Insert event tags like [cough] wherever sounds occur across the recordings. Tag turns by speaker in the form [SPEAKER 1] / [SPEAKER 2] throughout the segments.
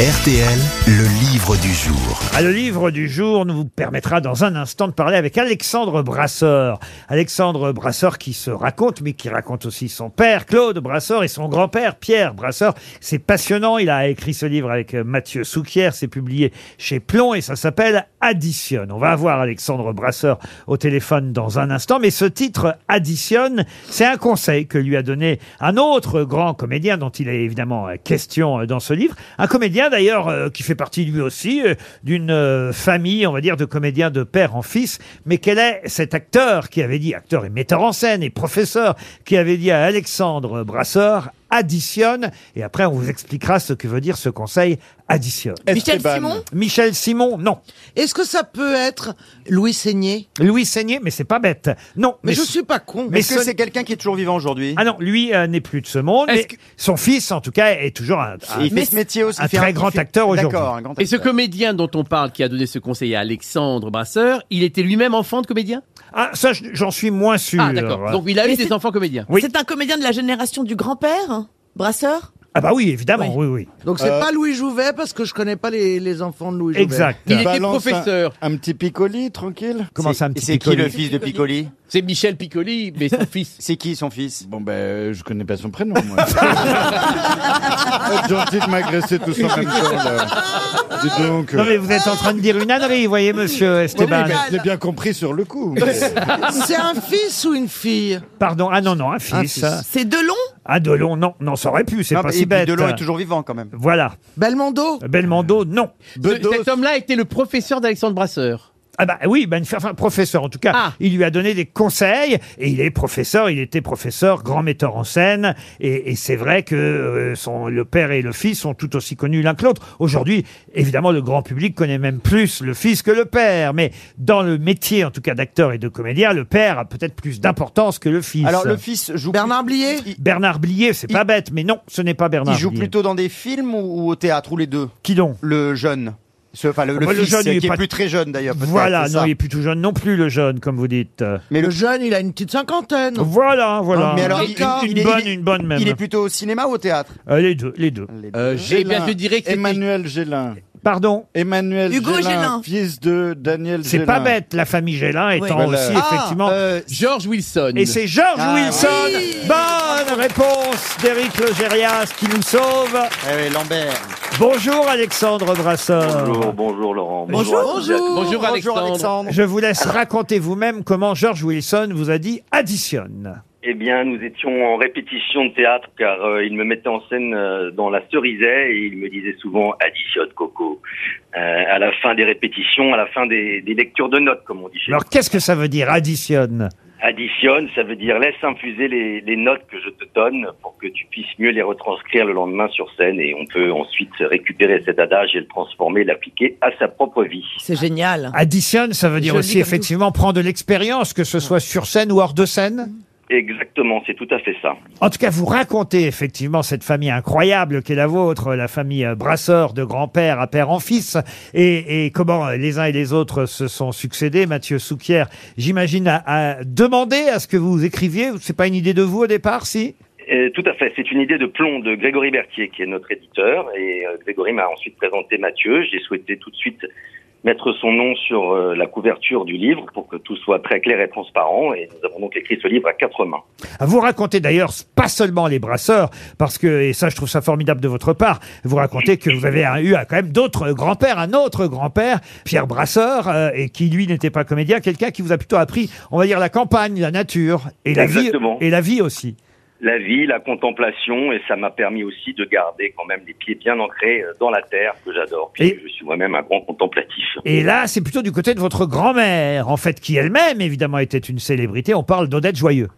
[SPEAKER 1] RTL, le livre du jour.
[SPEAKER 2] Ah, le livre du jour nous vous permettra dans un instant de parler avec Alexandre Brasseur. Alexandre Brasseur qui se raconte, mais qui raconte aussi son père, Claude Brasseur, et son grand-père, Pierre Brasseur. C'est passionnant. Il a écrit ce livre avec euh, Mathieu Souquier. C'est publié chez Plomb et ça s'appelle Additionne. On va avoir Alexandre Brasseur au téléphone dans un instant. Mais ce titre, Additionne, c'est un conseil que lui a donné un autre grand comédien dont il est évidemment euh, question euh, dans ce livre. Un comédien d'ailleurs euh, qui fait partie lui aussi euh, d'une euh, famille, on va dire, de comédiens de père en fils. Mais quel est cet acteur qui avait dit, acteur et metteur en scène et professeur, qui avait dit à Alexandre Brasseur, additionne, et après on vous expliquera ce que veut dire ce conseil, additionne.
[SPEAKER 3] Michel
[SPEAKER 4] Esteban.
[SPEAKER 3] Simon
[SPEAKER 2] Michel Simon, non.
[SPEAKER 3] Est-ce que ça peut être Louis Seigné
[SPEAKER 2] Louis Seigné, mais c'est pas bête. Non.
[SPEAKER 3] Mais, je suis pas con.
[SPEAKER 2] mais
[SPEAKER 4] Est-ce que
[SPEAKER 2] ce-
[SPEAKER 4] c'est quelqu'un qui est toujours vivant aujourd'hui
[SPEAKER 2] Ah non, lui euh, n'est plus de ce monde.
[SPEAKER 5] Est-ce
[SPEAKER 2] mais Son fils, en tout cas, est toujours un- un-
[SPEAKER 4] Ah. Il fait ce métier aussi.
[SPEAKER 2] un
[SPEAKER 4] il fait
[SPEAKER 2] très
[SPEAKER 4] il
[SPEAKER 2] grand
[SPEAKER 4] fait-
[SPEAKER 2] acteur aujourd'hui.
[SPEAKER 4] D'accord, un grand acteur.
[SPEAKER 5] Et ce comédien dont on parle, qui a donné ce conseil à Alexandre Brasseur, il était lui-même enfant de comédien
[SPEAKER 2] Ah, ça, je- j'en suis moins sûr.
[SPEAKER 5] Ah d'accord, donc il a
[SPEAKER 6] Mais
[SPEAKER 5] eu des
[SPEAKER 6] c'est-
[SPEAKER 5] enfants comédiens.
[SPEAKER 2] Oui.
[SPEAKER 6] C'est un comédien de la génération du grand-père, hein, Brasseur
[SPEAKER 2] Ah bah oui, évidemment, oui, oui.
[SPEAKER 3] Donc c'est
[SPEAKER 4] Euh,
[SPEAKER 3] pas Louis Jouvet parce que je connais pas les, les enfants de Louis Jouvet.
[SPEAKER 2] Exact.
[SPEAKER 5] Il était
[SPEAKER 4] Balance un-
[SPEAKER 5] professeur,
[SPEAKER 4] Un petit Piccoli, tranquille.
[SPEAKER 2] Comment
[SPEAKER 4] C'est-
[SPEAKER 2] ça, un
[SPEAKER 4] et
[SPEAKER 2] petit
[SPEAKER 4] C'est qui
[SPEAKER 2] Piccoli
[SPEAKER 4] le fils de Piccoli
[SPEAKER 5] c'est Michel Piccoli, mais [laughs] son fils.
[SPEAKER 4] C'est qui son fils Bon, ben, je connais pas son prénom,
[SPEAKER 2] [laughs]
[SPEAKER 4] moi. gentil de m'agresser tout ça en même temps, Dis donc.
[SPEAKER 2] Non mais vous êtes en train de dire une ânerie, vous voyez, monsieur Esteban.
[SPEAKER 4] je l'ai bien compris sur le coup.
[SPEAKER 3] C'est un fils ou une fille
[SPEAKER 2] Pardon, ah non, non, un fils.
[SPEAKER 3] Un fils.
[SPEAKER 6] C'est Delon
[SPEAKER 2] Ah, Delon, non, non, ça aurait pu, c'est pas si bête.
[SPEAKER 4] Delon est toujours vivant, quand même.
[SPEAKER 2] Voilà.
[SPEAKER 3] Belmondo
[SPEAKER 2] Belmondo, non.
[SPEAKER 5] Ce-
[SPEAKER 4] Bedos.
[SPEAKER 5] Cet homme-là était le professeur d'Alexandre Brasseur.
[SPEAKER 2] Ah bah oui, ben, enfin, professeur en tout cas.
[SPEAKER 5] Ah.
[SPEAKER 2] Il lui a donné des conseils et il est professeur, il était professeur, grand metteur en scène. Et, et c'est vrai que euh, son, le père et le fils sont tout aussi connus l'un que l'autre. Aujourd'hui, évidemment, le grand public connaît même plus le fils que le père. Mais dans le métier en tout cas d'acteur et de comédien, le père a peut-être plus d'importance que le fils.
[SPEAKER 4] Alors, le fils joue.
[SPEAKER 3] Bernard Blier
[SPEAKER 4] Il,
[SPEAKER 2] Bernard Blier, c'est pas bête, mais non, ce n'est pas
[SPEAKER 4] il
[SPEAKER 2] Bernard
[SPEAKER 4] joue
[SPEAKER 2] Blier.
[SPEAKER 4] plutôt Ah, dans des films ou, ou au théâtre, ou les deux
[SPEAKER 2] Qui donc
[SPEAKER 4] Le jeune. Ce- Enfin, le, le
[SPEAKER 2] Bah, le
[SPEAKER 4] fils,
[SPEAKER 2] jeune, il est
[SPEAKER 4] qui est
[SPEAKER 2] pas-
[SPEAKER 4] plus très jeune, d'ailleurs. peut-être,
[SPEAKER 2] Voilà,
[SPEAKER 4] c'est
[SPEAKER 2] non,
[SPEAKER 4] ça.
[SPEAKER 2] il est plus tout jeune non plus, le jeune, comme vous dites. Euh,
[SPEAKER 4] Mais
[SPEAKER 3] Le
[SPEAKER 4] le
[SPEAKER 3] jeune, il a une petite cinquantaine.
[SPEAKER 2] Voilà, voilà.
[SPEAKER 4] Mais alors,
[SPEAKER 2] une,
[SPEAKER 4] il- il-
[SPEAKER 2] une
[SPEAKER 4] il est-
[SPEAKER 2] bonne,
[SPEAKER 4] il est-
[SPEAKER 2] une bonne même.
[SPEAKER 4] Il est plutôt au cinéma ou au théâtre
[SPEAKER 2] Euh, les deux, les deux.
[SPEAKER 4] Euh,
[SPEAKER 5] Eh bien, je dirais que c'était
[SPEAKER 7] Emmanuel Gélin.
[SPEAKER 2] Pardon,
[SPEAKER 7] Emmanuel
[SPEAKER 6] Hugo
[SPEAKER 7] Gélin,
[SPEAKER 6] Gélin.
[SPEAKER 7] fils de Daniel
[SPEAKER 2] c'est
[SPEAKER 7] Gélin.
[SPEAKER 2] pas bête, la famille Gélin étant
[SPEAKER 7] Voilà.
[SPEAKER 2] aussi,
[SPEAKER 4] Ah,
[SPEAKER 2] effectivement.
[SPEAKER 4] euh,
[SPEAKER 5] George Wilson.
[SPEAKER 2] Et c'est George
[SPEAKER 4] Ah,
[SPEAKER 2] Wilson. Bonne réponse d'Éric Logérias qui nous sauve.
[SPEAKER 4] eh oui, Lambert.
[SPEAKER 2] Bonjour Alexandre Brasseur.
[SPEAKER 8] Bonjour, bonjour Laurent. à tous et à
[SPEAKER 3] Bonjour.
[SPEAKER 5] Bonjour Alexandre.
[SPEAKER 2] Je vous laisse raconter vous-même comment George Wilson vous a dit additionne.
[SPEAKER 8] Eh bien, nous étions en répétition de théâtre car euh, il me mettait en scène euh, dans la cerisaie et il me disait souvent additionne Coco. Euh, à la fin des répétitions, à la fin des, des lectures de notes, comme on dit chez
[SPEAKER 2] Alors qu'est-ce que ça veut dire additionne
[SPEAKER 8] nous. Additionne, ça veut dire laisse infuser les, les notes que je te donne pour que tu puisses mieux les retranscrire le lendemain sur scène et on peut ensuite récupérer cet adage et le transformer, l'appliquer à sa propre vie.
[SPEAKER 6] C'est génial.
[SPEAKER 2] Additionne, ça veut dire
[SPEAKER 6] Joli
[SPEAKER 2] aussi
[SPEAKER 6] comme
[SPEAKER 2] effectivement prendre de l'expérience, que ce soit sur scène ou hors de scène.
[SPEAKER 8] Exactement, c'est tout à fait ça.
[SPEAKER 2] En tout cas, vous racontez effectivement cette famille incroyable qu'est la vôtre, la famille euh, Brasseur de grand-père à père en fils, et, et comment euh, les uns et les autres se sont succédés. Mathieu Souquier, j'imagine, a, a demandé à ce que vous écriviez. C'est pas une idée de vous au départ, si
[SPEAKER 8] Euh, tout à fait. C'est une idée de plomb de Grégory Berthier, qui est notre éditeur. Et euh, Grégory m'a ensuite présenté Mathieu. J'ai souhaité tout de suite mettre son nom sur euh, la couverture du livre pour que tout soit très clair et transparent. Et nous avons donc écrit ce livre à quatre mains.
[SPEAKER 2] Vous racontez d'ailleurs pas seulement les brasseurs, parce que, et ça je trouve ça formidable de votre part, vous racontez que vous avez un- eu un- quand même d'autres grands-pères, un autre grand-père, Pierre Brasseur, euh, et qui lui n'était pas comédien, quelqu'un qui vous a plutôt appris, on va dire, la campagne, la nature, et la
[SPEAKER 8] Exactement.
[SPEAKER 2] vie, et la vie aussi.
[SPEAKER 8] La vie, la contemplation, et ça m'a permis aussi de garder quand même les pieds bien ancrés euh, dans la terre, que j'adore. Puis
[SPEAKER 2] Et-
[SPEAKER 8] je suis moi-même un grand contemplatif.
[SPEAKER 2] Et là, c'est plutôt du côté de votre grand-mère, en fait, qui elle-même, évidemment, était une célébrité. On parle d'Odette Joyeux.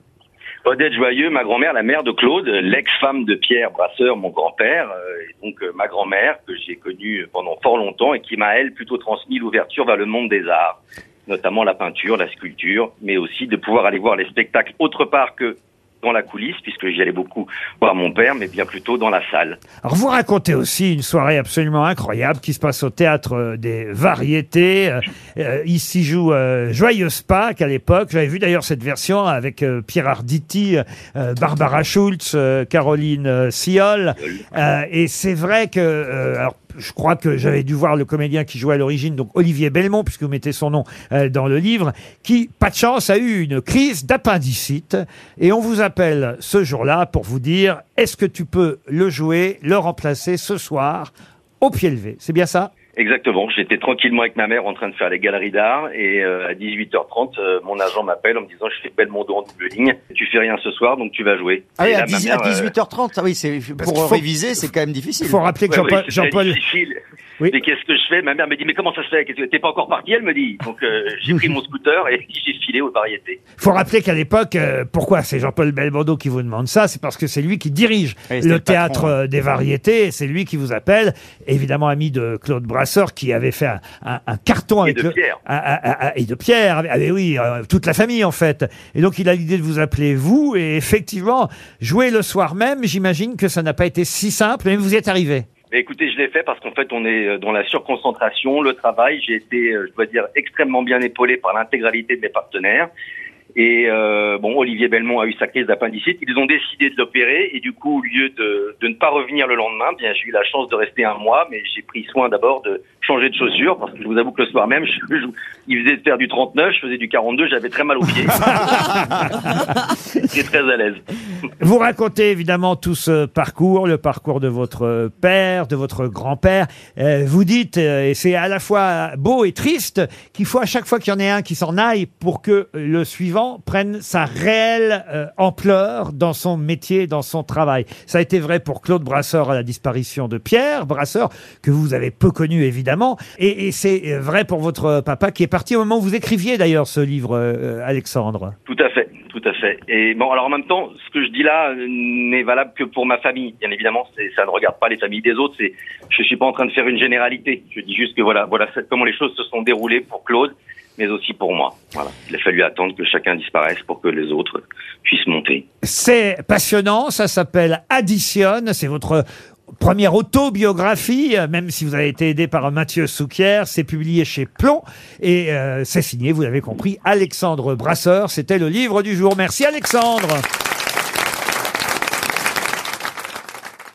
[SPEAKER 8] Odette Joyeux, ma grand-mère, la mère de Claude, l'ex-femme de Pierre Brasseur, mon grand-père, euh, et donc euh, ma grand-mère que j'ai connue pendant fort longtemps et qui m'a, elle, plutôt transmis l'ouverture vers le monde des arts, notamment la peinture, la sculpture, mais aussi de pouvoir aller voir les spectacles autre part que dans la coulisse, puisque j'y allais beaucoup voir mon père, mais bien plutôt dans la salle.
[SPEAKER 2] Alors, vous racontez aussi une soirée absolument incroyable qui se passe au théâtre euh, des variétés. Euh, euh, ici joue euh, Joyeuse Pâques à l'époque. J'avais vu d'ailleurs cette version avec euh, Pierre Arditi, euh, Barbara Schultz, euh, Caroline euh, Siol. Euh, et c'est vrai que, euh, alors, je crois que j'avais dû voir le comédien qui jouait à l'origine, donc Olivier Belmont, puisque vous mettez son nom euh, dans le livre, qui, pas de chance, a eu une crise d'appendicite. Et on vous appelle ce jour-là pour vous dire, est-ce que tu peux le jouer, le remplacer ce soir au pied levé C'est bien ça
[SPEAKER 8] Exactement. J'étais tranquillement avec ma mère en train de faire les galeries d'art et euh, à 18h30, euh, mon agent m'appelle en me disant je fais Belmondo en double ligne. Tu fais rien ce soir donc tu vas jouer.
[SPEAKER 7] Ah oui,
[SPEAKER 8] Et
[SPEAKER 7] à,
[SPEAKER 8] là, ma
[SPEAKER 7] 10
[SPEAKER 8] mère,
[SPEAKER 7] à
[SPEAKER 8] euh,
[SPEAKER 7] 18h30, ah oui, c'est-
[SPEAKER 2] qu'il
[SPEAKER 7] pour
[SPEAKER 2] faut-
[SPEAKER 7] réviser, c'est quand même difficile.
[SPEAKER 2] Il faut rappeler que
[SPEAKER 8] ouais,
[SPEAKER 2] Jean-Paul...
[SPEAKER 8] ouais, c'est
[SPEAKER 2] Jean-Paul-
[SPEAKER 8] très difficile.
[SPEAKER 2] Oui.
[SPEAKER 8] Mais qu'est-ce que je fais Ma mère me dit mais comment ça se fait Qu'est-ce que- T'es pas encore parti Elle me dit. Donc euh, j'ai pris mon scooter et [laughs] j'ai filé aux variétés.
[SPEAKER 2] faut rappeler qu'à l'époque, euh, pourquoi c'est Jean-Paul Belmondo qui vous demande ça C'est parce que c'est lui qui dirige
[SPEAKER 7] Oui, c'était
[SPEAKER 2] le
[SPEAKER 7] le patron,
[SPEAKER 2] théâtre euh, des variétés. et C'est lui qui vous appelle, évidemment ami de Claude Brasseur, qui avait fait un, un- un carton avec
[SPEAKER 8] de
[SPEAKER 2] le-
[SPEAKER 8] Pierre.
[SPEAKER 2] Ah, ah, ah, ah, et de Pierre. Ah mais oui, euh, toute la famille en fait. Et donc il a l'idée de vous appeler vous. Et effectivement, jouer le soir même, j'imagine que ça n'a pas été si simple, mais vous y êtes arrivé.
[SPEAKER 8] Mais écoutez, je l'ai fait parce qu'en fait, on est euh, dans la surconcentration, le travail. J'ai été, euh, je dois dire, extrêmement bien épaulé par l'intégralité de mes partenaires. Et euh, bon, Olivier Belmont a eu sa crise d'appendicite. Ils ont décidé de l'opérer et du coup, au lieu de, de ne pas revenir le lendemain, bien j'ai eu la chance de rester un mois, mais j'ai pris soin d'abord de changer de chaussures parce que je vous avoue que le soir même, [laughs] je, je- il faisait faire du 39, je faisais du 42, j'avais très mal aux pieds. J'étais très à l'aise.
[SPEAKER 2] Vous racontez évidemment tout ce parcours, le parcours de votre père, de votre grand-père. Euh, vous dites, euh, et c'est à la fois beau et triste, qu'il faut à chaque fois qu'il y en ait un qui s'en aille pour que le suivant prenne sa réelle euh, ampleur dans son métier, dans son travail. Ça a été vrai pour Claude Brasseur à la disparition de Pierre Brasseur, que vous avez peu connu évidemment, et, et c'est vrai pour votre papa qui est parti au moment où vous écriviez d'ailleurs ce livre, euh, Alexandre.
[SPEAKER 8] Tout à fait, tout à fait. Et bon, alors en même temps, ce que je dis là euh, n'est valable que pour ma famille. Bien évidemment, c'est- ça ne regarde pas les familles des autres. C'est, je suis pas en train de faire une généralité. Je dis juste que voilà, voilà c'est comment les choses se sont déroulées pour Claude, mais aussi pour moi. Voilà. Il a fallu attendre que chacun disparaisse pour que les autres puissent monter.
[SPEAKER 2] C'est passionnant, ça s'appelle Addition, c'est votre première autobiographie, euh, même si vous avez été aidé par Mathieu Souquier, c'est publié chez Plomb et euh, c'est signé, vous l'avez compris, Alexandre Brasseur, c'était le livre du jour. Merci Alexandre.